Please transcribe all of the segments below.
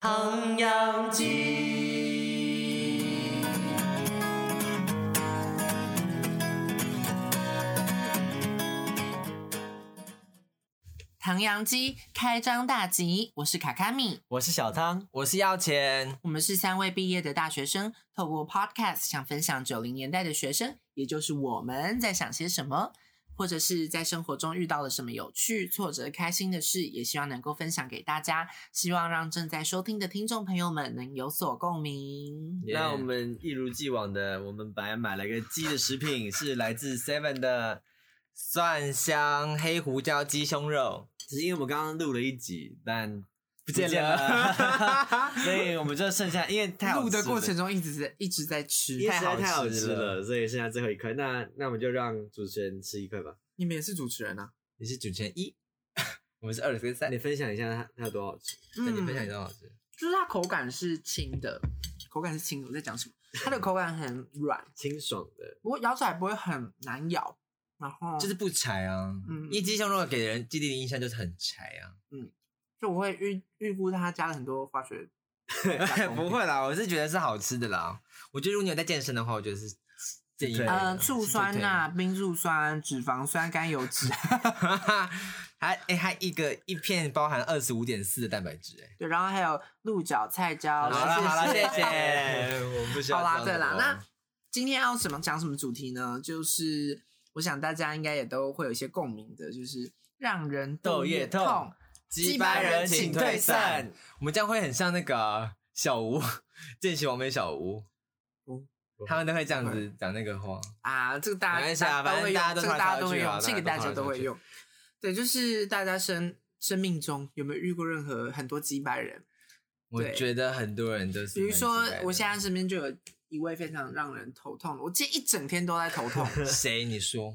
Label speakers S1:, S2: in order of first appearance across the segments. S1: 哎
S2: 唐扬鸡。
S3: 唐扬鸡开张大吉！我是卡卡米，
S2: 我是小汤，我是要钱。
S3: 我们是三位毕业的大学生，透过 Podcast 想分享九零年代的学生，也就是我们在想些什么，或者是在生活中遇到了什么有趣、挫折、开心的事，也希望能够分享给大家，希望让正在收听的听众朋友们能有所共鸣。
S2: 那我们一如既往的，我们本来买了一个鸡的食品，是来自 Seven 的蒜香黑胡椒鸡胸肉，只是因为我们刚刚录了一集，但不
S4: 见了
S2: 所以我们就剩下，因为太好
S3: 录
S2: 吃
S3: 的
S2: 了
S3: 过程中一直在一直在吃
S2: 因，为
S4: 太
S2: 实在
S4: 好
S2: 太好吃
S4: 吃
S2: 了
S4: 了，所以剩下最后一块。那那我们就让主持人吃一块吧。
S3: 你们也是主持人啊？
S2: 你是主持人一， 我们是二跟三
S4: 你，分享一下它它有多好吃？
S2: 那你分享你多好吃？
S3: 就是它口感是轻的，口感是轻的。我在讲什么？它的口感很软，
S4: 清爽的，
S3: 不过咬起来不会很难咬，然后
S2: 就是不柴啊，
S3: 嗯
S2: 因为鸡胸肉给人基地的印象就是很柴啊。
S3: 就我会预预估它加了很多化学 加工品，
S2: 不会啦，我是觉得是好吃的啦。我觉得如果你有在健身的话，我觉得是建议买的。
S3: 呃，醋酸钠、
S2: 呐、
S3: 冰醋酸、脂肪酸、甘油脂，
S2: 还哎、它一个一片包含二十五点四的蛋白质、哎。
S3: 对，然后还有鹿角、菜椒。
S2: 好了好了，谢谢。
S4: 我们不需
S3: 好
S4: 要
S3: 啦，
S4: 啦，
S3: 对啦，那今天要什么讲什么主题呢？就是我想大家应该也都会有一些共鸣的，就是让人
S2: 豆
S3: 也
S2: 叶痛
S3: 痛。
S2: 鸡巴人请退散。我们这样会很像那个小吴， 见习王美小吴
S3: 不。
S2: 他们都会这样子讲那个话，
S3: 啊，这个大
S2: 没关系
S3: 家
S2: 啊
S3: 大家都会
S2: 反正
S3: 用
S2: 大家，都
S3: 这个大家都会
S2: 跳
S3: 用，
S2: 来跳
S3: 这
S2: 去啊
S3: 个大
S2: 大家
S3: 家
S2: 都
S3: 都会用。对，就是大家生生命中有没有遇过任何很多几百人？
S2: 我
S3: 对
S2: 觉得很多人都是。
S3: 比如说，我现在身边就有一位非常让人头痛的，我今天一整天都在头痛，
S2: 在谁？你说，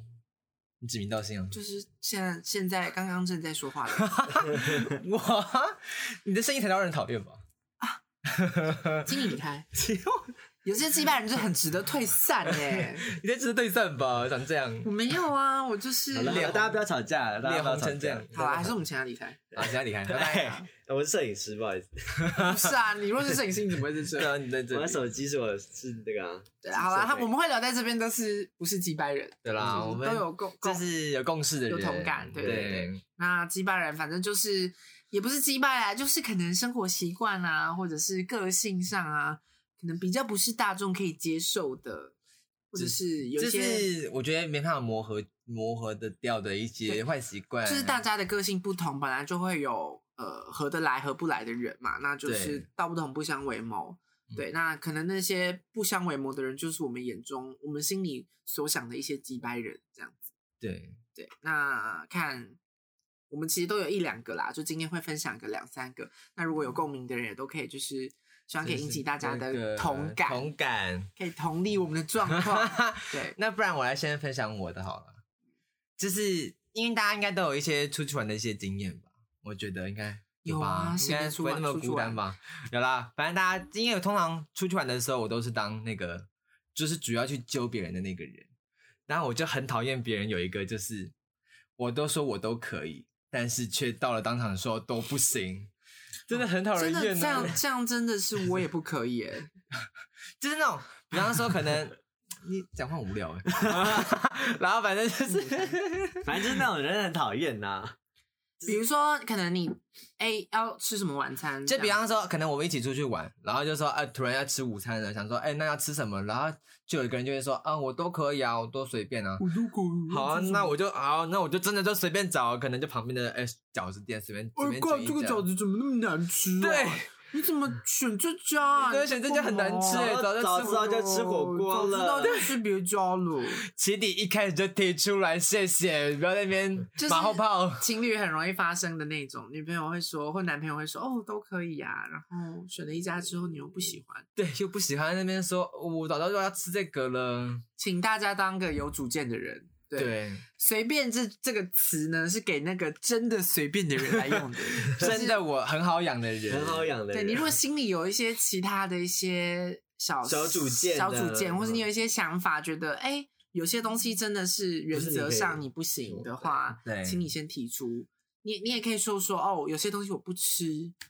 S2: 你指名 道姓啊？
S3: 就是现在现在刚刚正在说话的，
S2: 我，你的声音才让人讨厌吧？
S3: 请你离开。有些几百人就很值得退散哎、
S2: 你在这是对战吧？长这样，
S3: 我没有啊，我就是
S4: 好了，好了大家不要吵架了，大家
S2: 脸
S4: 不要
S2: 红
S4: 吵
S2: 成这
S4: 架
S2: 样。。
S3: 好啊啦，还是我们请他离开。
S2: 好，现在离开，拜拜。
S4: 哎，我是摄影师，不好意思，
S3: 不是啊，你若是摄影师， 你怎么会在这？
S2: 对啊，你在这
S4: 我的
S2: 里。
S4: 手机是我是那个啊，
S3: 对啊，好啦，
S4: 设
S3: 他
S4: 备
S3: 我们会聊在这边，都是不是几百人？
S2: 对啦，
S3: 就是
S2: 我们
S3: 都有共
S2: 这
S3: 共。
S2: 是有共识的人，
S3: 有同感对
S4: 对
S2: 对。
S3: 那击败人，反正就是也不是击败啦，就是可能生活习惯啊，或者是个性上啊，可能比较不是大众可以接受的，或者是有一
S2: 这
S3: 些
S2: 是我觉得没办法磨合磨合的掉的一
S3: 对
S2: 些坏习惯，
S3: 就是大家的个性不同，本来就会有呃合得来合不来的人嘛，那就是
S2: 对嗯
S3: 道不同不相为谋。对，那可能那些不相为谋的人，就是我们眼中、我们心里所想的一些击败人，这样。
S2: 对
S3: 对，那看我们其实都有一两个啦，就今天会分享个两三个。那如果有共鸣的人，也都可以，就是希望可以引起大家
S2: 嗯就是那
S3: 的
S2: 个
S3: 同感，
S2: 同感。
S3: 可以同理我们的 状况。对，
S2: 那不然我来先分享我的好了，就是因为大家应该都有一些出去玩的一些经验吧，我觉得应该
S3: 有啊
S2: 吧，应
S3: 谁没
S2: 该
S3: 出
S2: 不会
S3: 玩
S2: 那么
S3: 出去
S2: 孤单
S3: 玩
S2: 吧？有啦，反正大家因为我通常出去玩的时候，我都是当那个就是主要去揪别人的那个人，然后我就很讨厌别人有一个就是我都说我都可以，但是却到了当场的时候都不行，真的很讨人
S3: 哦真
S2: 厌、啊。
S3: 的这样这样真的是我也不可以耶、
S2: 就是那种，比方说可能你讲话很无聊 哎，然后反正就是，
S4: 反正就是那种人很讨 厌呐。
S3: 比如说，可能你哎、要吃什么晚餐，
S2: 就
S3: 这
S2: 比
S3: 样
S2: 方说可能我们一起出去玩，然后就说啊，突然要吃午餐了，想说哎、那要吃什么？然后就有一个人就会说啊，我都可以啊，我都随便啊。
S3: 我如果
S2: 好啊，那我就好、那我就真的就随便找，啊可能就旁边的哎、饺子店随便随
S3: 我
S2: 便
S3: 靠，
S2: 卷一
S3: 哎这个
S2: 家
S3: 饺子怎么那么难吃、啊？
S2: 对，
S3: 你怎 么选这家啊？
S2: 对选这家很难吃哎
S3: 哎、
S2: 早就
S4: 早
S2: 吃
S4: 知道就吃火锅了，
S3: 早知道就吃别家了。
S2: 起底一开始就提出来，谢谢，不要在那边
S3: 就是
S2: 马后炮。
S3: 情侣很容易发生的那种，女朋友会说，或男朋友会说，哦，都可以啊。然后选了一家之后，你又不喜欢，
S2: 对，又不喜欢那边说，我早知道就要吃这个了。
S3: 请大家当个有主见的人。对，
S2: 对，
S3: 随便这这个词呢，是给那个真的随便的人来用 的
S2: 真的我很好养的人，
S4: 很好养的
S3: 对
S4: 人。啊
S3: 你如果心里有一些其他的一些小
S4: 小主见
S3: 小
S4: 啊
S3: 主见，
S4: 嗯
S3: 或是你有一些想法，觉得哎、诶有些东西真的是原则上
S4: 不是
S3: 你
S4: 你可以
S3: 不行的话，
S2: 对
S3: 请你先提出。你你也可以说说哦，有些东西我不吃，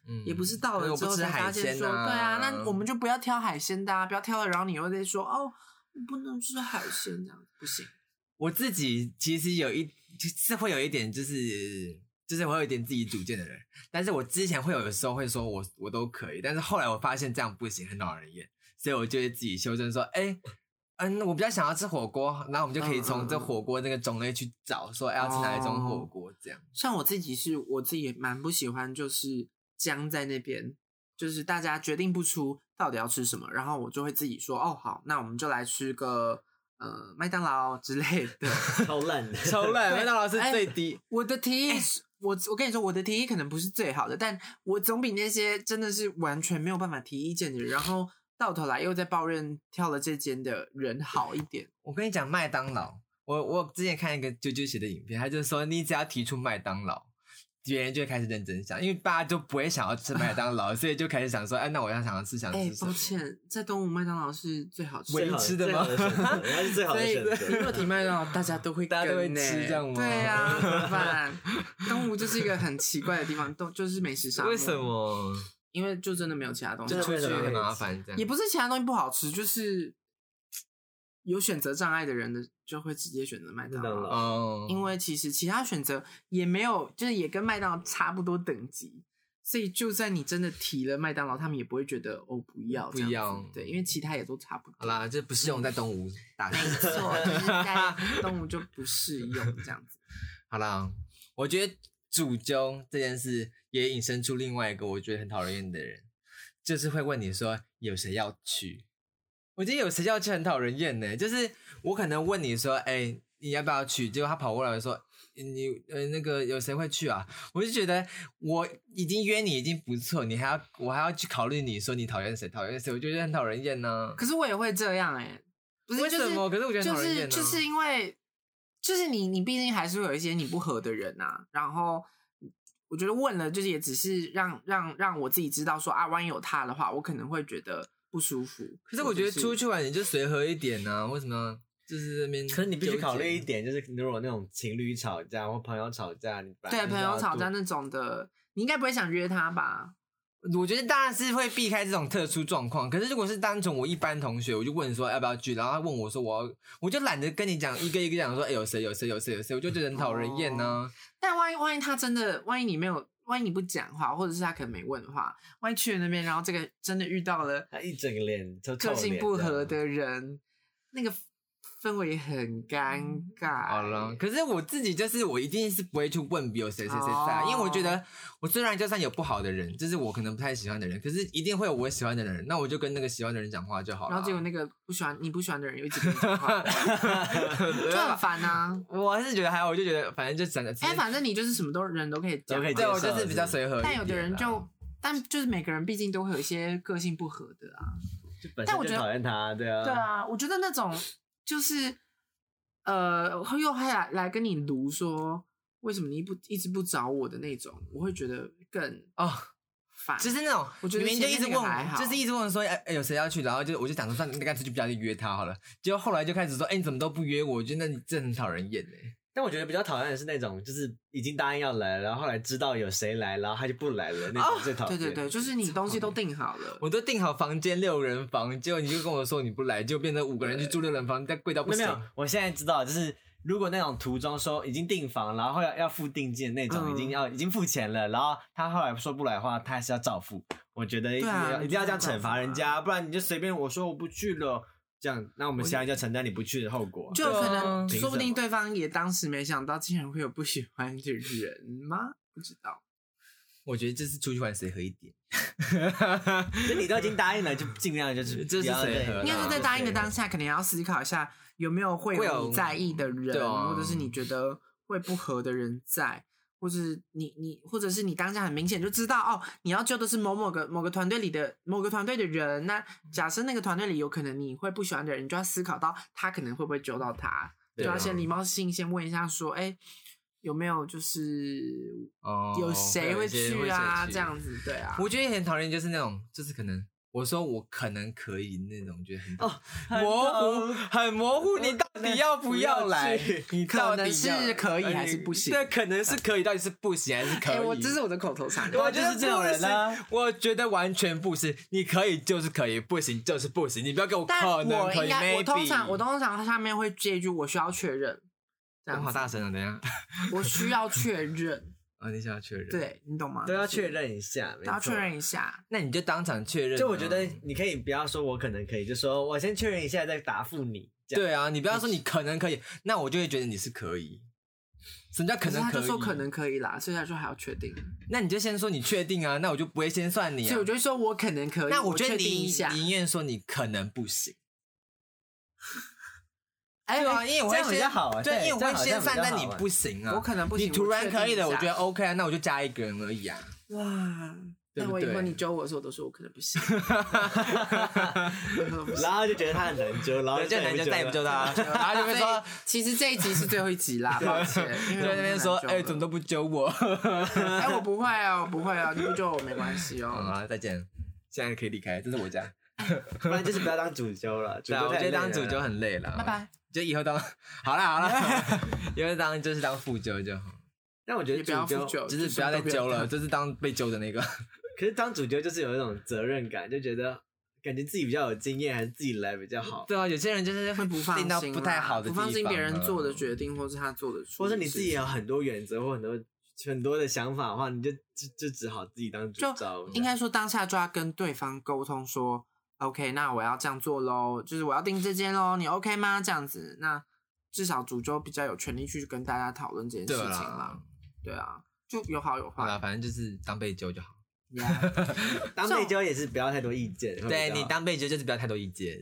S2: 嗯
S3: 也不是到
S2: 可是
S3: 了
S2: 我
S3: 之
S2: 不
S3: 后
S2: 吃
S3: 才发
S2: 海
S3: 现
S2: 鲜嗯
S3: 说，对啊，那我们
S2: 就
S3: 就不要挑海鲜的、啊，不要挑了，然后你又在说哦，不能吃海鲜这样子不行。
S2: 我自己其实有一就是会有一点就是。就是我会有一点自己主见的人，但是我之前会有的时候会说我我都可以，但是后来我发现这样不行，很恼人厌，所以我就会自己修正说，哎、嗯，我比较想要吃火锅，然后我们就可以从这火锅这个种类去找，说哎要吃哪一种火锅这样。
S3: 像我自己是我自己也蛮不喜欢，就是僵在那边，就是大家决定不出到底要吃什么，然后我就会自己说哦好，那我们就来吃个呃麦当劳之类的。
S4: 超烂的，
S2: 超烂，
S3: 对
S2: 麦当劳是最低。
S3: 我的提
S2: 哎
S3: 议是，我我跟你说，我的提议可能不是最好的，但我总比那些真的是完全没有办法提意见的人，然后到头来又在抱怨跳了这间的人好一点。
S2: 我跟你讲，麦当劳，我我之前看一个啾啾写的影片，他就说你只要提出麦当劳，别人就会开始认真想，因为大家就不会想要吃麦当劳，所以就开始想说，哎，那我要想要吃想
S3: 哎、
S2: 吃什
S3: 抱
S2: 么？
S3: 歉，在东吴麦当劳是最好吃
S2: 唯
S4: 最
S2: 一
S4: 好
S3: 的。
S2: 吃的吗
S4: 最好选择它是最好
S3: 所
S4: 的
S3: 以，
S4: 选
S3: 如
S4: 择。
S3: 果提麦当劳，大家都会
S2: 大家都会
S3: 跟呢
S2: 吃这样吗
S3: 对啊，怎么 办？东吴就是一个很奇怪的地方，都就是美食沙漠。
S2: 为什？么？
S3: 因为就真的没有其他东西
S2: 就
S4: 真的
S2: 出
S4: 为
S2: 去
S4: 什么
S2: 很麻烦这样。
S3: 也不是其他东西不好吃，就是有选择障碍的人的就会直接选择麦当
S4: 麦当
S3: 劳，
S4: 劳
S2: 哦，
S3: 因为其实其他选择也没有，就是也跟麦当劳差不多等级，所以就算你真的提了麦当劳，他们也不会觉得哦不要
S2: 不
S3: 这样子
S2: 要嗯
S3: 对，因为其他也都差不多。
S2: 好啦，这不适用在东吴大学。
S3: 没错，就是在动物就不适用这样子。
S2: 好啦，我觉得主揪这件事也引申出另外一个我觉得很讨人厌的人，就是会问你说有谁要去。我觉得有谁要去很讨人厌呢、就是我可能问你说，哎、你要不要去？结果他跑过来说。你呃，那个有谁会去啊？我就觉得我已经约你已经不错，你还要我还要去考虑你说你讨厌谁，讨厌谁，我觉得很讨人厌呢、
S3: 可是我也会这样哎、不是
S2: 为
S3: 就是
S2: 什么？可是我觉得很
S3: 就
S2: 讨人厌、
S3: 是
S2: 啊
S3: 就是因为就是你你毕竟还是会有一些你不合的人啊，然后我觉得问了就是也只是让让让我自己知道说啊，万一有他的话，我可能会觉得不舒服。
S2: 可是我觉得
S3: 或者是
S2: 出去玩你就随和一点呢、为什么要就是那边？
S4: 可是你必须考虑一
S2: 点。
S4: 点，就是如果那种情侣吵架或朋友吵架，你本来
S3: 对啊
S4: 就是
S3: 朋
S4: 要
S3: 友吵
S4: 多
S3: 架那种的，你应该不会想约他吧？
S2: 我觉得当然是会避开这种特殊状况，可是如果是单纯我一般同学，我就问说要不要聚，然后他问我说我要，我就懒得跟你讲一个一个讲说，哎、有谁有谁有谁有谁，我就觉得很讨人厌啊呢、
S3: 但万一万一他真的，万一你没有，万一你不讲话，或者是他可能没问的话，万一去了那边，然后这个真的遇到了
S4: 他一整个脸都臭
S3: 个性
S4: 脸
S3: 不
S4: 这样
S3: 合的人，那个氛围很尴
S4: 嗯
S3: 尬。
S2: 好了，可是我自己就是我一定是不会去问有谁谁谁在，啊因为我觉
S3: 哦
S2: 得我虽然就算有不好的人，就是我可能不太喜欢的人，可是一定会有我喜欢的人，那我就跟那个喜欢的人讲话就好了。
S3: 然后 结果那个不喜欢你不喜欢的人又一直跟你讲话， 就很烦啊。
S2: 我是觉得还好，我就觉得反正就整个，
S3: 哎，反正你就是什么都人都可以讲
S4: 都可以，
S2: 对
S4: 接
S2: 我
S4: 受
S2: 就是比较随和一点啦。
S3: 但有的人就，但就是每个人毕竟都会有一些个性不合的啊。
S4: 就本
S3: 但
S4: 身
S3: 我
S4: 就
S3: 觉得
S4: 讨厌他，对啊，
S3: 对，啊，我觉得那种就是呃，会又还来来跟你撸说为什么你不一直不找我的那种，我会觉得更
S2: 哦。
S3: 烦。
S2: 就是那种，
S3: 我觉得
S2: 明明就一直
S3: 前面
S2: 问
S3: 那个还好
S2: 我，就是一直问说，哎、哎有谁要去？然后就我就想说，那那干脆就不要去约他好了。结果后来就开始说，哎、你怎么都不约我？我觉得那你真的很讨人厌哎、
S4: 但我觉得比较讨厌的是那种，就是已经答应要来，然后后来知道有谁来，然后他就不来了，那种最讨
S3: 哦对
S4: 厌。
S3: 对对，就是你东西都订好了，
S2: 我都订好房间六人房，结果你就跟我说你不来，就变成五个人去住六人房，但贵到不
S4: 没有没
S2: 行。
S4: 有，我现在知道，就是如果那种途中说已经订房，然后要要付定金的那种，
S3: 嗯
S4: 已经要已经付钱了，然后他后来说不来的话，他还是要照付。我觉得一定
S3: 对啊
S4: 要、一定要这样惩罚人
S3: 你就是要
S4: 家，不然你就随便我说我不去了，这样那我们现在就承担你不去的后果。
S3: 就可能
S2: 凭
S4: 啊什么
S3: 说不定对方也当时没想到，竟然会有不喜欢的人吗？不知道。
S2: 我觉得就是出去玩随和一点，
S4: 就你都已经答应了，就尽量就是
S2: 这是
S4: 不要
S2: 随
S4: 再
S2: 和啦
S3: 应该是在答应的当
S4: 下。
S3: 下，可能也要思考一下有没有会
S2: 会有
S3: 有你在意的人，
S2: 对啊
S3: 或者是你觉得会不合的人在，或者是你你，或者是你当下很明显就知道哦，你要救的是某某个某个团队里的某个团队的人。那假设那个团队里有可能你会不喜欢的人，你就要思考到他可能会不会救到他，就
S2: 对啊
S3: 要先礼貌性先问一下说，哎、有没有就是
S2: 哦
S3: 有谁
S2: 会
S3: 会
S2: 哦有一些
S3: 去
S2: 会
S3: 啊？
S2: 谁去
S3: 这样子对啊，
S2: 我觉得也很讨厌，就是那种，就是可能我说我可能可以那种，觉得很
S4: 哦
S2: 模糊，很模糊。你到底要不要来
S4: 不要去？
S2: 你
S3: 可
S2: 到
S3: 能
S2: 底要哎
S3: 是可以还是不行
S2: 对，可能是可以，到底是不行还是可
S3: 哎、
S2: 以？
S3: 我这是我的口头 禅。
S2: 我
S4: 我
S2: 觉
S4: 就
S2: 得
S4: 是这种人啊
S2: 不行，我觉得完全不行。你可以就是可以，不行就是不行。你不要给我
S3: 但
S2: 可能
S3: 我
S2: 可
S3: 应
S2: 以
S3: 该，
S2: maybe。
S3: 我通常我通常下面会接一句我需要确认，这
S2: 我
S3: 样
S2: 好
S3: 子，
S2: 大声啊！等一下，
S3: 我需要确 认，
S2: 啊，你想要确认？，
S3: 对你懂吗？
S4: 都要确，认一下，没
S3: 都要
S4: 错
S3: 确认一下。
S2: 那你就当场确认啊。
S4: 就我觉得你可以不要说我可能可以，就说我先确认一下再答 复你。这样，
S2: 对啊，你不要说你可能可以，那我就会觉得你是可以。什么叫可
S3: 是
S2: 能
S3: 他
S2: 可
S3: 就
S2: 以？
S3: 说可能可以啦，所以他说还要确定。
S2: 那你就先说你确定啊，那我就不会先算你、啊。
S3: 所以我就会说我可能可以，
S2: 那
S3: 我
S2: 觉得
S3: 确定一
S2: 你
S3: 下。
S2: 宁愿说你可能不行。
S3: 哎
S2: 对啊，因为我
S4: 这
S2: 会
S4: 样比较
S2: 先
S4: 好啊
S2: 对，因
S4: 对
S2: 为我
S4: 这样
S2: 会
S4: 好
S2: 先
S4: 像比
S2: 算，
S4: 较
S2: 但
S4: 好
S2: 你
S4: 玩
S2: 不行啊。
S3: 我可能不行
S2: 你突然可以的，
S3: 我
S2: 我
S3: 确定一下
S2: 觉得 OK 啊，那我就加一个人而已啊。
S3: 哇，
S2: 对
S3: 那
S2: 不
S3: 我以后
S2: 对
S3: 你揪我的时候，我都说我可能不 行，
S4: 然后就觉得他很难揪，然后
S2: 哦对，就男就再也不救他， 然后就
S3: 所
S2: 会
S3: 以
S2: 说。
S3: 其实这一集是最后一集 啦，抱歉，因为
S2: 就在
S3: 我
S2: 那边说，
S3: 太难
S2: 哎、
S3: 揪
S2: 怎
S3: 了
S2: 么都不揪 我？
S3: 哎，我不会哦，不会哦，你不揪我没关系
S2: 好
S3: 哦。
S2: 啊，再见，现在可以离开，这是我家。
S4: 不然就是不要当主揪了。主
S2: 对
S4: 揪
S2: 啊，我觉
S4: 太累
S2: 得当
S4: 了
S2: 主揪很累了，
S3: 拜拜。
S2: 就以后当好啦好 啦，以后当就是当副揪就好，
S4: 但我
S3: 也
S4: 觉得
S3: 不要
S4: 主
S3: 负
S4: 揪，
S3: 酒，
S2: 就是不要再揪了，就是当被揪的 那个。
S4: 可是当主揪就是有一种责任感，就觉得感觉自己比较有经验，还是自己来比较好，
S2: 对啊，有些人就是
S3: 会不 放
S2: 定
S3: 心啦，
S2: 到不太好的地
S3: 不
S2: 方，
S3: 放心别人做的决定，或是他做的处
S4: 或
S3: 理
S4: 者
S3: 事情，
S4: 你自己有很多原则或很多很多的想法的话，你就就就只好自己当主
S3: 就
S4: 揪。
S3: 应该说当下就要跟对方沟通说，OK，那我要这样做喽，就是我要订这间喽，你 OK 吗？这样子，那至少主周比较有权利去跟大家讨论这件
S2: 对
S3: 事情
S2: 啦
S3: 啦。。对啊，就有好有
S2: 好啦，
S3: 坏。
S2: 反正就是当被揪就好。
S3: Yeah
S4: 当被揪也是不要太多意见，会比
S2: 对
S3: 啊
S4: 较
S2: 你
S4: 好
S2: 当被揪就是不要太多意见，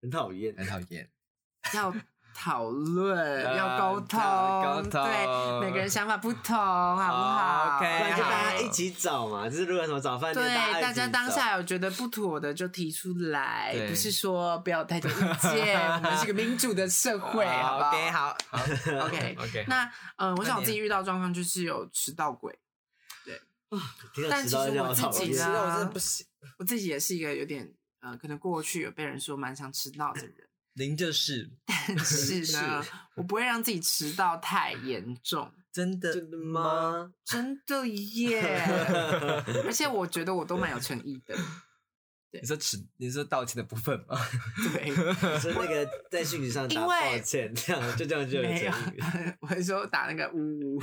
S4: 很讨厌。
S2: 很讨厌。
S3: 要讨论，要沟通，
S2: 要沟通
S3: 对，每个人想法不同，好不好
S2: 好，OK，
S4: 不然就
S2: 好
S4: 大家一起找嘛，就是如果有什么早饭店，
S3: 哎对，大
S4: 一起
S3: 家当
S4: 找
S3: 下有觉得不妥的就提出来
S2: 对，
S3: 不是说不要有太多意见，我们是个民主的社会，好不好
S2: OK，好好
S3: OK
S2: OK。
S3: 那呃，我
S2: 那
S3: 想我
S2: 你
S3: 自己遇到状况就是有迟到鬼，
S4: 听到
S3: 但
S4: 迟
S3: 其
S4: 到
S3: 实
S4: 就
S3: 我
S4: 要
S3: 自
S4: 讨
S3: 己
S4: 厌
S3: 呢
S2: 哦那我真的不行，
S3: 我自己也是一个有点呃，可能过去有被人说蛮常迟到的人，
S2: 您就是
S3: 但是呢，我不会让自己迟到太严重，
S2: 真的
S4: 真的？吗？
S3: 真的耶！而且我觉得我都蛮有诚意的，
S2: 你说迟，你说道歉的部分 吗？
S3: 对。
S4: 说那个在讯息上打
S3: 因为
S4: 抱歉，这样就这样就有
S3: 没有
S4: 诚意。，
S3: 我是说打那个呜呜，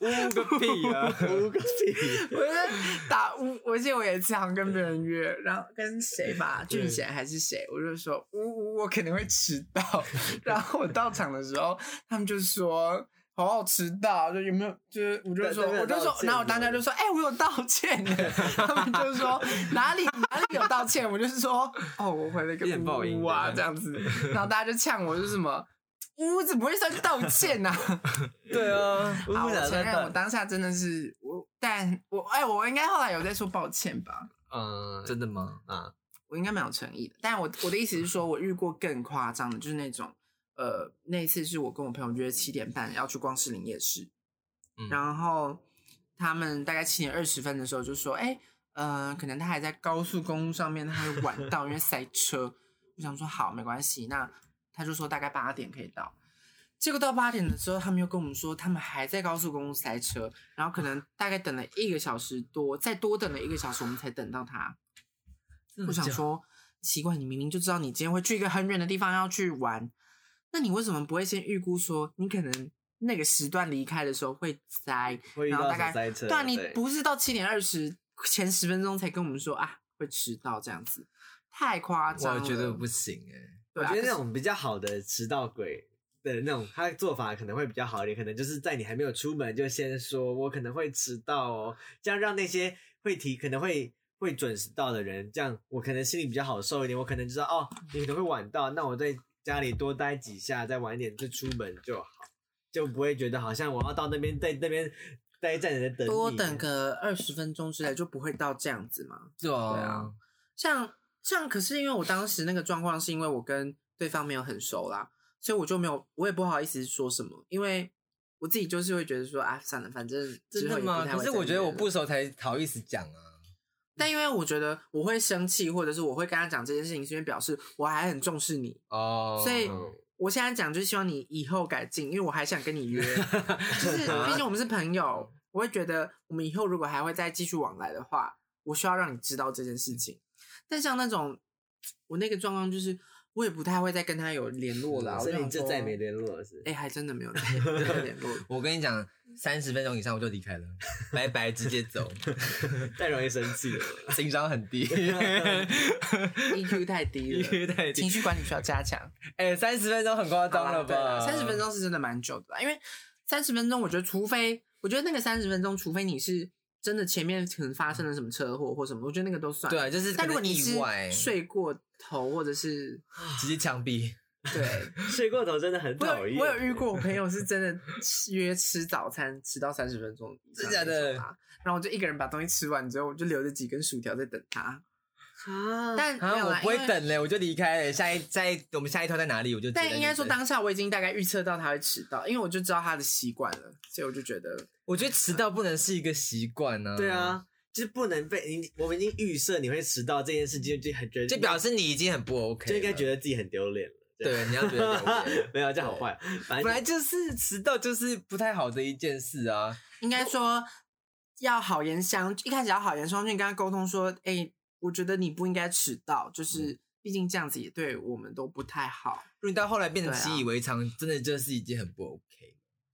S2: 污哦个屁啊！
S4: 五个屁！
S3: 我是打呜，我记得我有一次好像跟别人约，然后跟谁吧，
S4: 对
S3: 俊贤还是谁，我就说呜呜，我可能会迟到。 然后我到场的时候，他们就说。好好迟到，就有没有？就是我就
S4: 对
S3: 说，
S4: 对对
S3: 我就
S4: 道
S3: 说，
S4: 歉
S3: 然后我当下就说，哎、我有道歉的。 他们就说哪里哪里有道歉，我就是说，哦，我回了一个
S2: 有点报应
S3: 呜呜啊
S2: 对
S3: 这样子，然后大家就呛我，就是什么，呜，怎么会算道歉 呢、啊？
S4: 对啊，五
S3: 嗯好，
S4: 五
S3: 我
S4: 打
S3: 承认我
S4: 算
S3: 当下真的是我，但我哎、我应该后来有在说抱歉吧，
S4: 嗯
S2: 呃真的吗？
S4: 啊，
S3: 我应该蛮有诚意的。但我我的意思是说，我遇过更夸张的，就是那种呃，那一次是我跟我朋友约七点半要去逛士林夜市，
S2: 嗯
S3: 然后他们大概七点二十分的时候就说，哎、呃，可能他还在高速公路上面，他会晚到，因为塞车。我想说好，没关系，那他就说大概八点可以到。结果到八点的时候，他们又跟我们说，他们还在高速公路塞车，然后可能大概等了一个小时多，再多等了一个小时，我们才等到他。
S2: 嗯
S3: 我想说，奇怪，你明明就知道你今天会去一个很远的地方要去玩，那你为什么不会先预估说，你可能那个时段离开的时候会塞，
S4: 会遇
S3: 然后大
S4: 到什
S3: 概
S4: 么塞车？
S3: 对啊，你不是到七点二十前十分钟才跟我们说啊会迟到这样子，太夸张
S2: 我
S3: 了。
S2: 觉得不行哎，
S3: 对啊，
S4: 我觉得
S3: 可
S4: 那
S3: 是
S4: 种比较好的迟到鬼的那种，他做法可能会比较好一点，可能就是在你还没有出门就先说“我可能会迟到哦”，这样让那些会提可能会会准时到的人，这样我可能心里比较好受一点。我可能知道哦，你可能会晚到，那我在家里多待几下，再晚一点就出门就好，就不会觉得好像我要到那边在那边待一站着在等你
S3: 多等个二十分钟之类就不会到这样子嘛。
S2: 对啊
S3: 啊，像像，可是因为我当时那个状况是因为我跟对方没有很熟啦，所以我就没有，我也不好意思说什么，因为我自己就是会觉得说啊，算了，反正
S2: 真
S3: 之后也
S2: 的
S3: 不
S2: 吗？
S3: 太会
S2: 可是
S3: 再
S2: 我觉
S3: 约
S2: 得我
S3: 了
S2: 不熟才好意思讲啊。
S3: 但因为我觉得我会生气，或者是我会跟他讲这件事情，是因为表示我还很重视你。
S2: 哦
S3: 所以
S4: 嗯
S3: 我现在讲就是希望你以后改进，因为我还想跟你 约，就是
S4: 啊
S3: 毕竟我们是朋友，我会觉得我们以后如果还会再继续往来的话，我需要让你知道这件事情。但像那种我那个状况，就是我也不太会再跟他有联络了。
S4: 所以你
S3: 这
S4: 就再没联络了是
S3: 哎、还真的没有再没有联络。
S2: 我跟你讲，三十分钟以上我就离开了， 拜拜，直接走，
S4: 太容易生气了。
S2: 情商很 低
S3: EQ 太低了，
S2: ，EQ 太
S3: 情
S2: 低。
S3: 绪管理需要加强。
S2: 哎，三十分钟很夸张了吧？
S3: 啊三十分，钟是真的蛮久的啦，因为三十分钟，我觉得除非，我觉得那个三十分钟，除非你是真的前面可能发生了什么车祸或什么，我觉得那个都算。
S2: 对，啊，就是
S3: 但如果你
S2: 可能
S3: 是
S2: 意外，
S3: 睡过头或者 是
S2: 直接枪毙，
S3: 对，
S4: 睡过头真的很
S3: 我
S4: 讨厌。
S3: 有我
S2: 欸
S3: 有遇过，我朋 友是真的约吃早餐迟到三十分钟以上那种啊，
S2: 真的假
S3: 然后我就一个人把东西吃完之后，我就留着几根薯条在等他，
S4: 啊，
S3: 但没
S2: 啊，
S3: 有
S2: 我
S3: 啦，
S2: 不会
S3: 因为。
S2: 等嘞，我就离开了。下一下一，我们下一趟在哪里？我就直接在那
S3: 但
S2: 边
S3: 应该说，
S2: 等
S3: 当下我已经大概预测到他会迟到，因为我就知道他的习惯了，所以我就觉得
S2: 我觉得迟到不能是一个习惯呢。
S4: 对，啊，就是不能被你，我们已经预设你会迟到这件事情，就很觉得
S2: 就表示你已经很不 OK，
S4: 就应该觉
S2: 得
S4: 得自己很丢脸了。这样
S2: 对，你要觉得有点
S4: 没有，这样好坏。反
S2: 本
S4: 正
S2: 来就是迟到就是不太好的一件事啊。
S3: 应该说要好言相，一开始要好言相劝，跟他沟通说，哎、我觉得你不应该迟到，
S4: 嗯
S3: 就是毕竟这样子也对我们都不太 好。
S2: 如果你到后来变得
S3: 对啊
S2: 习以为常，真的就是已经很不 OK。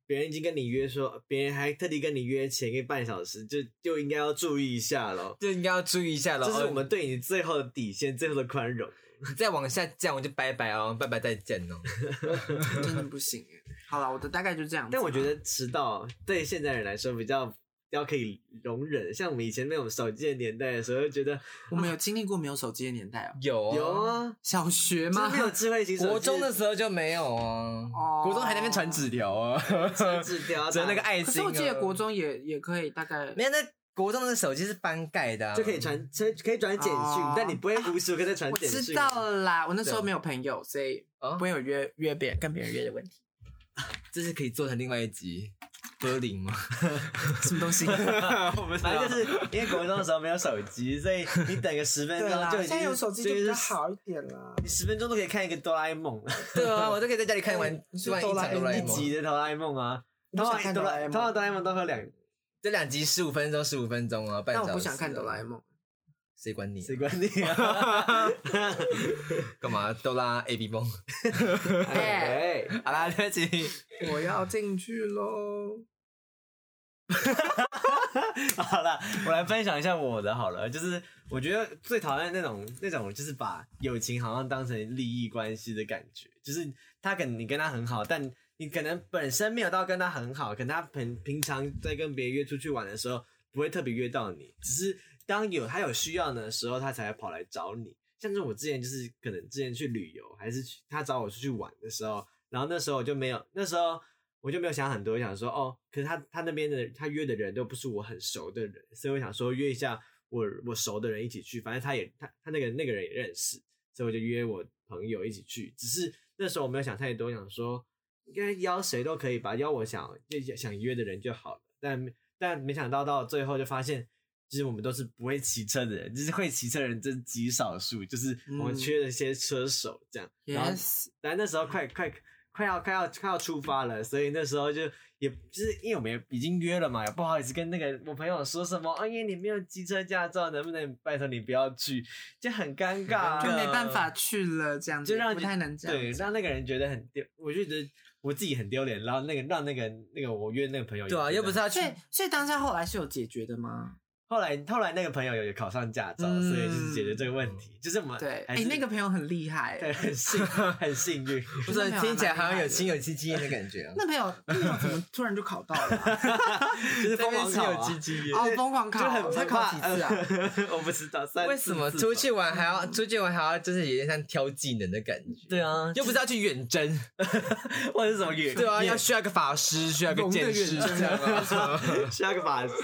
S4: 别人已经跟你约说，别人还特地跟你约前一个半小时，就就应该要注意一下咯。
S2: 就应该要注意一下了。
S4: 这是
S2: 哦嗯
S4: 我们对你最后的底线，最后的宽容。
S2: 你再往下降，我就拜拜哦，拜拜再见哦。
S3: 真的不行耶。好了，我的大概就这样子吧。
S4: 但我觉得迟到对现在人来说比较要可以容忍，像我们以前那种手机的年代的时候，就觉得
S3: 我们有经历过没有手机的年代哦、
S2: 有啊
S4: 有，啊，
S3: 小学
S4: 就
S3: 吗
S4: 是？没有智慧型手机，
S2: 国中的时候就没有啊，
S3: 哦
S2: 国中还在那边传纸条啊，
S4: 传纸条，
S2: 折那个爱
S3: 可
S2: 心
S3: 是
S2: 啊。
S3: 我记得国中也也可以，大概
S2: 没有，那国中的手机是翻盖的啊，
S4: 就可以传，可以可以转简讯
S3: 哦，
S4: 但你不会无时无刻在传
S3: 我
S4: 简
S3: 知
S4: 讯。
S3: 道了啦。我那时候
S2: 对
S3: 没有朋友，所以
S2: 啊
S4: 哦
S3: 不，会有约约别人跟别人约的 问题。
S2: 这是可以做成另外一集歌林吗？
S3: 什么东西？
S2: 我们
S4: 反正就是因为国中的时候没有手机，所以你等个十分
S3: 对
S4: 钟
S3: 啦，
S4: 啊就已
S3: 现
S4: 经
S3: 在有手机就比
S4: 是
S3: 较好一点啦。
S4: 你十分钟都可以看一个哆啦 A 梦，
S2: 对啊，我都可以在家里看完
S3: 你是
S2: 看完一
S3: 哆啦
S2: 场
S3: A
S2: 哆啦 A
S4: 一
S3: 梦
S2: 梦，
S4: 集的哆啦 A 梦啊。
S3: 不
S4: 通
S3: 想
S4: 常
S3: 看
S4: 哆
S3: 哆啦
S4: 啦，
S3: A
S4: 通常
S3: 梦，
S4: 哆啦 A 梦都会有两，
S2: 这两集十五分钟，十五分钟啊，半
S3: 但
S2: 小时。
S3: 我不想看哆啦 A，梦。
S2: 谁管你啊？
S4: 谁管你啊？
S2: 干嘛哆啦 A B 梦？
S4: 哎，
S2: 好啦，对不起，
S3: 我要进去喽。
S4: 好了，我来分享一下我的好了，就是我觉得最讨厌那种那种，就是把友情好像当成利益关系的感觉，就是他可能你跟他很好，但你可能本身没有到跟他很好，可能他平平常在跟别人约出去玩的时候，不会特别约到你，只是当有他有需要的时候，他才会跑来找你。像是我之前就是可能之前去旅游，还是去他找我出去玩的时候，然后那时候我就没有，那时候我就没有想很多，想说哦，可是他他那边的他约的人都不是我很熟的人，所以我想说约一下我我熟的人一起去，反正他也他他那个那个人也认识，所以我就约我朋友一起去。只是那时候我没有想太多，想说应该邀谁都可以吧，邀我想就想约的人就好了。但但没想到到最后就发现，其实我们都是不会骑车的人，就是会骑车的人真极少数，就是我
S3: 嗯
S4: 们缺了一些车手这样。然后
S3: Yes，
S4: 但那时候快快快要快要快要出发了，所以那时候就也就是因为我们也已经约了嘛，也不好意思跟那个我朋友说什么，哎呀你没有机车驾照，能不能拜托你不要去，就很尴尬、啊，
S3: 就没办法去了，这样子
S4: 就让
S3: 不
S4: 你
S3: 太能这
S4: 对
S3: 样子。
S4: 让那个人觉得很丢，我就觉得我自己很丢脸，然后那个让那个那个我约那个朋友也
S2: 对啊，
S4: 觉得
S2: 又不是要去
S3: 所以，所以当下后来是有解决的吗？
S4: 后来后来那个朋友有有考上驾照，
S3: 嗯
S4: 所以就是解决这个问题，就是我们
S3: 对，
S4: 呃还
S3: 哎、
S4: 是
S3: 那个朋友很厉害、
S4: 对很幸很幸 运。
S2: 不是听起来好像有亲有戚经验的感觉啊。
S3: 那朋友那朋友怎么突然就考到了 啊、
S4: 就是疯狂考、啊，
S2: 有经验。
S3: 哦，疯狂考，
S4: 就很
S3: 才
S4: 害
S3: 考
S4: 怕
S3: 几
S4: 呃
S3: 次 啊？
S4: 我不知道，三
S2: 为什么
S4: 四次吧
S2: 出去玩还要出去玩还要就是有点像挑技能的感觉？
S4: 对啊，
S2: 又不是要去远征，
S4: 或者是什么远
S2: 对啊，
S4: 远
S2: 要需要一个法师，需要一个剑士
S3: 龙的远征
S2: 这样啊。
S4: 需要个把这个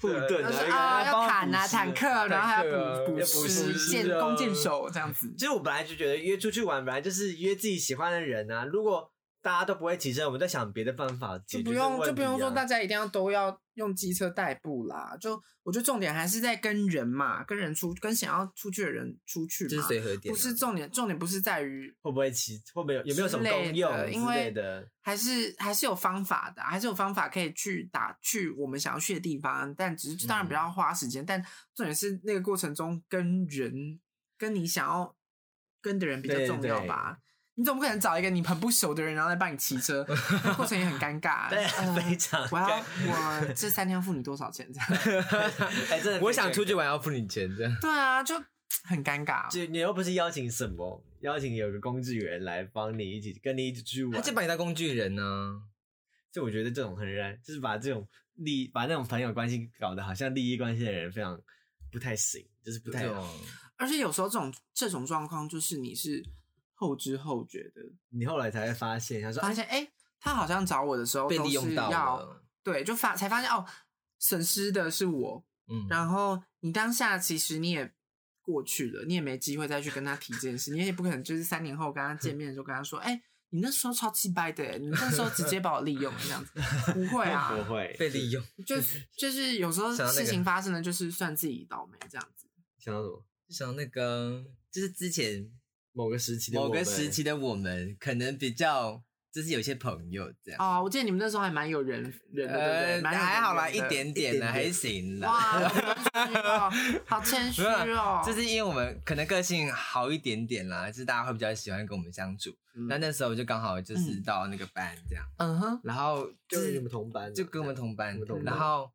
S4: 护盾
S3: 他
S4: 啊，
S3: 说
S4: 一个
S3: 啊，要
S4: 帮
S3: 坦啊，
S4: 补习
S3: 坦克，然后还要补
S2: 要
S3: 补
S2: 补
S3: 师、
S2: 师
S3: 剑
S2: 啊
S3: 弓箭手这样子。
S4: 就是我本来就觉得约出去玩，本来就是约自己喜欢的人啊。如果大家都不会骑车，我们在想别的办法
S3: 就
S4: 解决
S3: 不
S4: 这个
S3: 用
S4: 问
S3: 就不用
S4: 题
S3: 说
S4: 啊
S3: 大家一定要都要用机车代步啦。就我觉得重点还是在跟人嘛，跟人出跟想要出去的人出去
S2: 就是
S3: 嘛，
S2: 随和一点
S3: 不
S2: 啊，
S3: 是重点，重点不是在于
S4: 会不会骑，会不会有有没有什么
S3: 之类
S4: 功用
S3: 的因
S4: 之
S3: 为
S4: 类的？
S3: 还是还是有方法的，啊还是有方法可以去打去我们想要去的地方，但只是当
S4: 嗯
S3: 然不要花时间，但重点是那个过程中跟人跟你想要跟的人比较
S4: 对
S3: 重要
S4: 对
S3: 吧。你总不可能找一个你很不熟的人，然后来帮你骑车，那过程也很尴尬。
S4: 对啊
S3: 呃，
S4: 非常
S3: 我要我这三天要付你多少钱？这样
S4: 哎，真的，
S2: 我想出去，玩要付你钱这样。
S3: 对啊，就很尴尬。
S4: 就你又不是邀请什么，邀请有个工具人来帮你一起跟你一起去
S2: 他，
S4: 玩
S2: 就把你当工具人呢、
S4: 就我觉得这种很然，就是把这种利把那种朋友关系搞得好像利益关系的人非常不太行，就是不太
S2: 这种
S4: 好。
S3: 而且有时候这种这种状况，就是你是后知后觉的，
S4: 你后来才会发现，他说
S3: 发
S4: 哎，
S3: 现哎、诶他好像找我的时候
S2: 被
S3: 都
S2: 利
S3: 是
S2: 用到
S3: 要
S2: 了。
S3: 对，就发才发现哦，损失的是我。
S2: 嗯，
S3: 然后你当下其实你也过去了，你也没机会再去跟他提这件事，你也不可能就是三年后跟他见面的时候跟他说，哎、你那时候超气掰的欸，你那时候直接把我利用了这样子，不会 啊，
S4: 不会
S2: 被利用，
S3: 就是就是有时候
S2: 想到那
S3: 事
S2: 个
S3: 情发生了，就是算自己倒霉这样子。
S4: 想到什么
S2: 像那个就是之前
S4: 某个时期的
S2: 某个
S4: 我们
S2: 时期的我们，可能比较就是有些朋友这样。呃
S3: 哦，我记得你们那时候还蛮有人人的，对不对？蛮有
S2: 还好啦，
S3: 人
S2: 一
S3: 缘的。
S2: 点点呢，
S4: 一点点
S2: 还行啦。
S3: 哇，好谦虚哦好谦虚
S2: 没有
S3: 哦！
S2: 就是因为我们可能个性好一点点啦，就是大家会比较喜欢跟我们相处。
S3: 嗯
S2: 那、那时候就刚好就是
S3: 嗯
S2: 到那个班这样，
S3: 嗯哼，
S2: 然后
S4: 就
S2: 就是
S4: 你
S2: 是
S4: 们同班的，
S2: 就跟我们同班
S4: 我们同，班
S2: 然后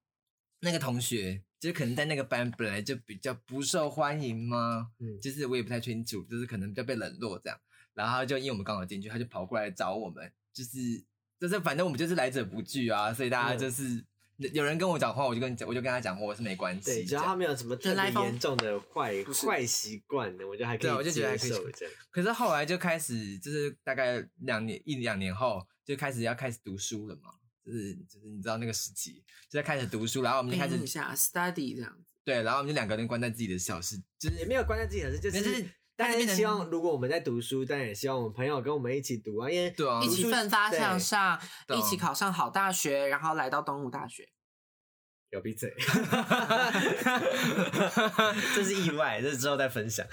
S2: 那个同学就是可能在那个班本来就比较不受欢迎嘛，
S4: 嗯
S2: 就是我也不太清楚，就是可能比较被冷落这样。然后他就因为我们刚好进去，他就跑过来找我们，就是就是反正我们就是来者不拒啊，所以大家
S4: 嗯
S2: 就是有人跟我讲话，我就跟我就跟他讲，我是没关
S4: 对，
S2: 系
S4: 只
S2: 这
S4: 要他
S2: 样。
S4: 没有什么特
S3: 人来
S4: 别
S3: 疯
S4: 严重的坏
S3: 不是
S4: 坏习惯的，我觉得还可
S2: 对啊我
S4: 以
S2: 就觉得
S4: 接
S2: 还可以
S4: 受这样。
S2: 可是后来就开始就是大概两年一两年后就开始要开始读书了嘛。就是就是你知道那个时期，就在开始读书，然后我们就
S4: 哎
S2: 开始嗯
S3: 一下 study 这样子，
S2: 对，然后我们就两个人关在自己的小世，就 是
S4: 也没有关在自己的事，就
S2: 但
S4: 是
S2: 是
S4: 但
S2: 但是
S4: 是
S2: 变成
S4: 希望如果我们在读书，当然也希望我们朋友跟我们一起读啊，因为
S2: 对啊
S3: 一
S4: 读
S3: 起
S4: 书
S3: 奋发
S4: 对
S3: 向上，
S2: 对
S3: 一起考上好大学，然后来到东吴大学。
S4: 有闭嘴， 这是意外，这是之后再分享。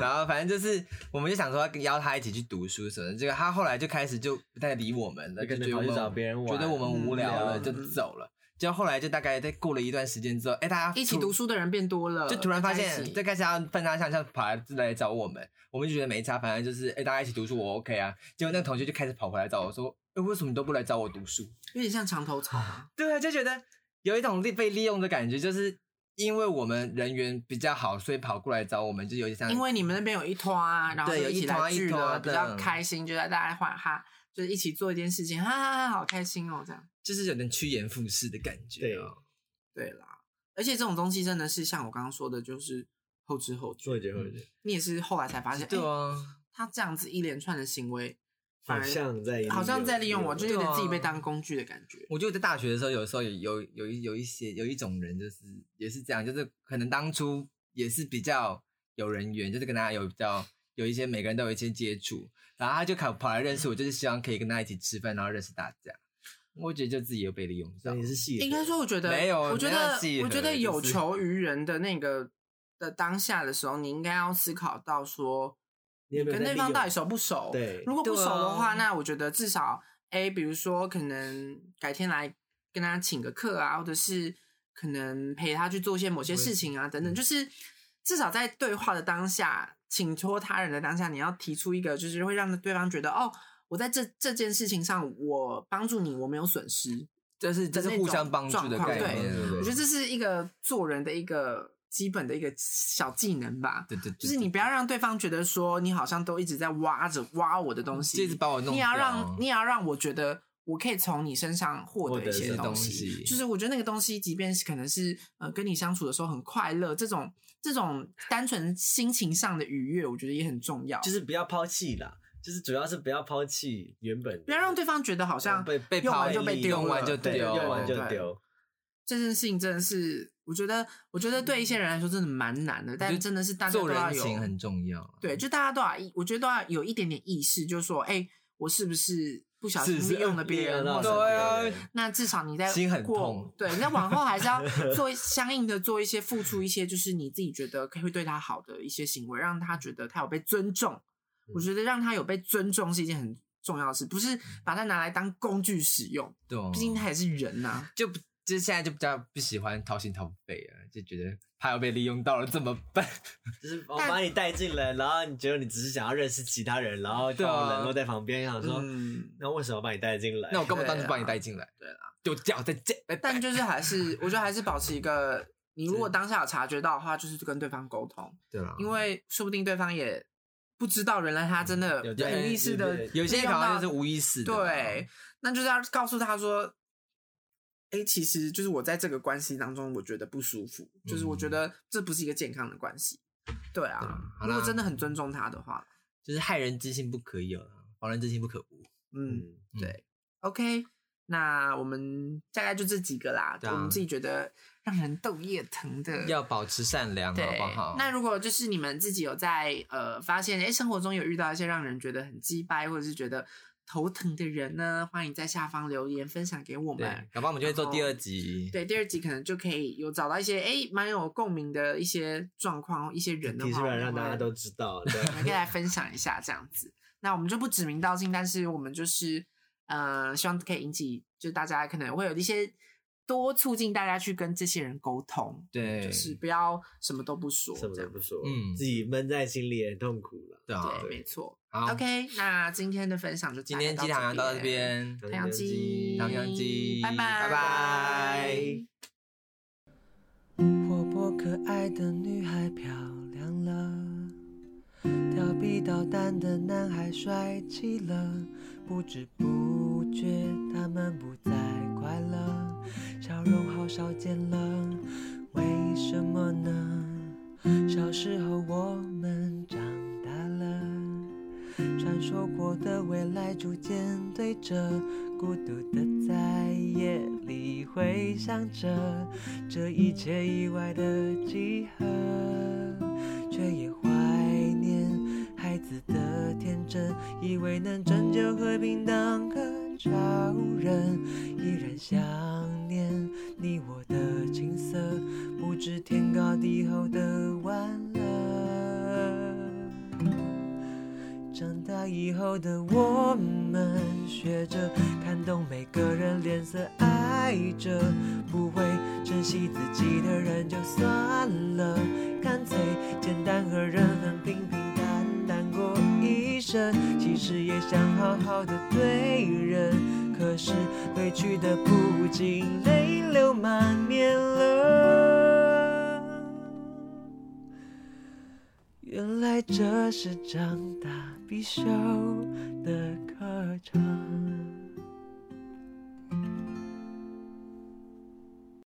S2: 然后反正就是，我们就想说要邀他一起去读书什么的，结果他后来就开始就不太理我们了，
S4: 就可
S2: 就
S4: 能
S2: 觉得我
S4: 跑去
S2: 们
S4: 找别人玩
S2: 觉得我们无聊了
S4: 嗯
S2: 就走了。就后来就大概在过了一段时间之后，哎，大家
S3: 一起
S2: 突
S3: 读，书的人变多了，
S2: 就突然发
S3: 大家一
S2: 现
S3: 起
S2: 就开始要分他向上跑来来找我们，我们就觉得没差，反正就是哎大家一起读书我 OK 啊。结果那个同学就开始跑回来找我说，哎为什么你都不来找我读书？
S3: 有点像墙头草啊。
S2: 对啊，就觉得有一种利被利用的感觉，就是因为我们人缘比较好，所以跑过来找我们，就有点像
S3: 因为你们那边有一拖啊，然后
S2: 对
S3: 就
S2: 有
S3: 一起
S2: 一团
S3: 来
S2: 一
S3: 聚
S2: 团
S3: 了，
S2: 的
S3: 比较开心，就在大家欢哈，就是一起做一件事情，哈哈哈，好开心哦，这样。
S2: 就是有点趋炎附势的感觉、哦。
S3: 对啦，而且这种东西真的是像我刚刚说的，就是后知后觉，
S4: 我觉得，我觉得
S3: 你也是后来才发现，
S2: 对
S3: 哎
S2: 啊，
S3: 他这样子一连串的行为，反
S4: 好
S3: 而
S4: 像在
S3: 好像在利用我，就有点自
S2: 哦
S3: 己被当工具的感觉。
S2: 我觉得我在大学的时候，有时候有有有一有一些有一种人，就是也是这样，就是可能当初也是比较有人缘，就是跟大家有比较有一些每个人都有一些接触，然后他就跑跑来认识我，就是希望可以跟他一起吃饭，然后认识大家。我觉得就自己又被利用到
S4: 所以，你是戏，
S3: 应该说，我觉得
S2: 没有
S3: 我觉
S2: 没有
S3: 得
S2: 契
S3: 我觉
S2: 合
S3: 得
S2: 就是
S3: 有求于人的那个的当下的时候，你应该要思考到说，
S4: 你有没有
S3: 跟
S4: 在
S3: 对方
S4: 利用
S3: 到底熟不熟？
S4: 对
S3: 如果不熟的话，
S2: 对啊
S3: 那我觉得至少 A，比如说可能改天来跟他请个课啊，或者是可能陪他去做一些某些事情啊，等
S2: 嗯
S3: 等，就是至少在对话的当下，请托他人的当下，你要提出一个就是会让对方觉得哦。我在这这件事情上，我帮助你，我没有损失。
S2: 就是这是互相帮助的概念
S4: 对。
S3: 我觉得这是一个做人的一个基本的一个小技能吧，
S2: 对对，对
S3: 就是你不要让对方觉得说你好像都一直在挖着挖我的东
S2: 嗯就一直
S3: 西，
S2: 把我弄
S3: 你也要
S2: 掉啊
S3: 让你也要让我觉得我可以从你身上获
S4: 获
S3: 得
S4: 得
S3: 一些
S4: 些
S3: 东
S2: 东
S3: 西。
S2: 西
S3: 就是我觉得那个东西，即便是可能是呃跟你相处的时候很快乐，这种这种单纯心情上的愉悦，我觉得也很重要。
S4: 就是不要抛弃啦，就是主要是不要抛弃原本的，
S3: 不要让对方觉得好像
S2: 被被
S3: 用完
S2: 抛
S3: 就被
S2: 弃
S3: 丢了，
S2: 用完就
S4: 对，
S2: 丢
S4: 用完就
S3: 对
S4: 丢，
S3: 这件事情真的是，我觉得，我觉得对一些人来说真的蛮难的，但真的是大家都
S2: 做
S3: 要
S2: 人
S3: 有
S2: 情很重要啊。
S3: 对，就大家都要意，我觉得都要有一点点意识，就是说，哎、我是不是不小心
S2: 是是
S3: 利用了别人，或
S2: 到
S3: 者
S2: 对啊
S3: 那至少你在
S2: 心很
S3: 过
S2: 痛
S3: 对，那往后还是 要做相应的做一些付出，一些就是你自己觉得可以会对他好的一些行为，让他觉得他有被尊重。
S2: 嗯
S3: 我觉得让他有被尊重是一件很重要的事，不是把他拿来当工具使用，
S2: 懂
S3: 毕竟他也是人呐、
S2: 啊就不就现在就比较不喜欢掏心掏肺啊，就觉得怕要被利用到了怎么办？
S4: 就是我
S3: 但
S4: 把你带进来，然后你觉得你只是想要认识其他人，然后
S2: 对啊
S4: 把我冷落在旁边，想说、
S3: 嗯，
S4: 那为什么把你带进来？
S2: 那我干嘛当初
S3: 对啊
S2: 把你带进来？对啦，就叫再见，拜拜
S3: 但就是还是，我觉得还是保持一个，你如果当下有察觉到的话，就是跟对方沟通，
S2: 对啊啦，
S3: 因为说不定对方也不知道，原来他真的
S4: 有
S3: 有
S4: 对
S3: 意识的
S4: 对对
S2: 嗯有些
S3: 利用
S2: 好像
S3: 到
S2: 就是无意识的啦，
S3: 对，那就是要告诉他说，哎、其实就是我在这个关系当中，我觉得不舒服，就是我觉
S2: 嗯
S3: 得这不是一个健康的关系。对
S2: 对
S3: 啊
S2: 啊，好
S3: 如果
S2: 啦
S3: 真的很尊重他的话，
S2: 就是害人之心不可有啦，防人之心不可无。
S3: 嗯
S4: 嗯，
S2: 对
S3: ，OK，那我们大概就这几个啦，
S2: 对啊
S3: 我们自己觉得让人豆叶疼的。
S2: 要保持善良，好
S3: 对
S2: 不好？，
S3: 那如果就是你们自己有在呃发现，哎，生活中有遇到一些让人觉得很鸡掰或者是觉得头疼的人呢，欢迎在下方留言分享给我们
S2: 对，。搞不好我们就会做第
S3: 然后
S2: 二集。
S3: 对，第二集可能就可以有找到一些哎蛮有共鸣的一些状况、一些人的
S4: 提
S3: 话，
S4: 出
S3: 我
S4: 来
S3: 们
S4: 让大家
S3: 会
S4: 都知道。对
S3: 我们可以来分享一下这样子。那我们就不指名道姓，但是我们就是呃，希望可以引起，就是大家可能会有一些多促进大家去跟这些人沟通，
S2: 对，
S3: 就是不要什么都不说
S4: 什么
S3: 这
S4: 都
S3: 样。
S4: 不说，
S2: 嗯
S4: 自己闷在心里也很痛苦了。
S2: 对啊。
S3: 对，没错。
S2: 好
S3: OK，那今天的分享就
S2: 今天鸡汤就到这，边，
S3: 太阳鸡，
S2: 太阳鸡
S3: 拜拜，
S2: 拜拜。
S1: 活泼可爱的女孩漂亮了，调皮捣蛋的男孩帅气了，不知不觉他们不再快乐，笑容好少见了，为什么呢？小时候我们长大了，传说过的未来逐渐对着，孤独的在夜里回想着。这一切意外的集合，却也怀念孩子的天真，以为能拯救和平当个超人，依然想念你我的青涩，不知天高地厚的玩乐。长大以后的我们，学着看懂每个人脸色，爱着不会珍惜自己的人就算了，干脆简单和人很平平淡淡过一生。其实也想好好的对人，可是委屈的不禁泪流满面了。原来这是长大必修的课程。